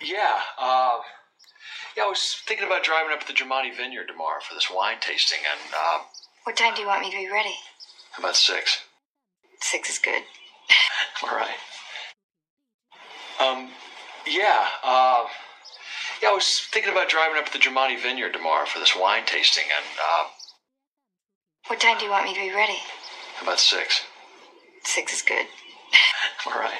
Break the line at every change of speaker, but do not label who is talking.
Yeah. Uh, yeah, I was thinking about driving up to the Germani Vineyard tomorrow for this wine tasting, and uh,
What time do you want me to be ready?
about six.
Six is good.
All right. Um, yeah. Uh, yeah, I was thinking about driving up to the Germani Vineyard tomorrow for this wine tasting, and uh,
What time do you want me to be ready?
about six.
Six is good.
All right.